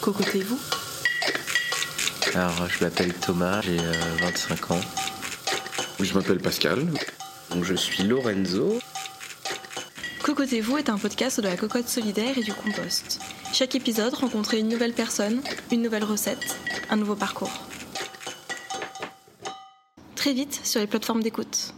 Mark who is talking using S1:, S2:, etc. S1: Cocotez-vous.
S2: Alors, je m'appelle Thomas, j'ai euh, 25 ans.
S3: Je m'appelle Pascal.
S4: Donc, je suis Lorenzo.
S1: Cocotez-vous est un podcast de la cocotte solidaire et du compost. Chaque épisode, rencontrez une nouvelle personne, une nouvelle recette, un nouveau parcours. Très vite sur les plateformes d'écoute.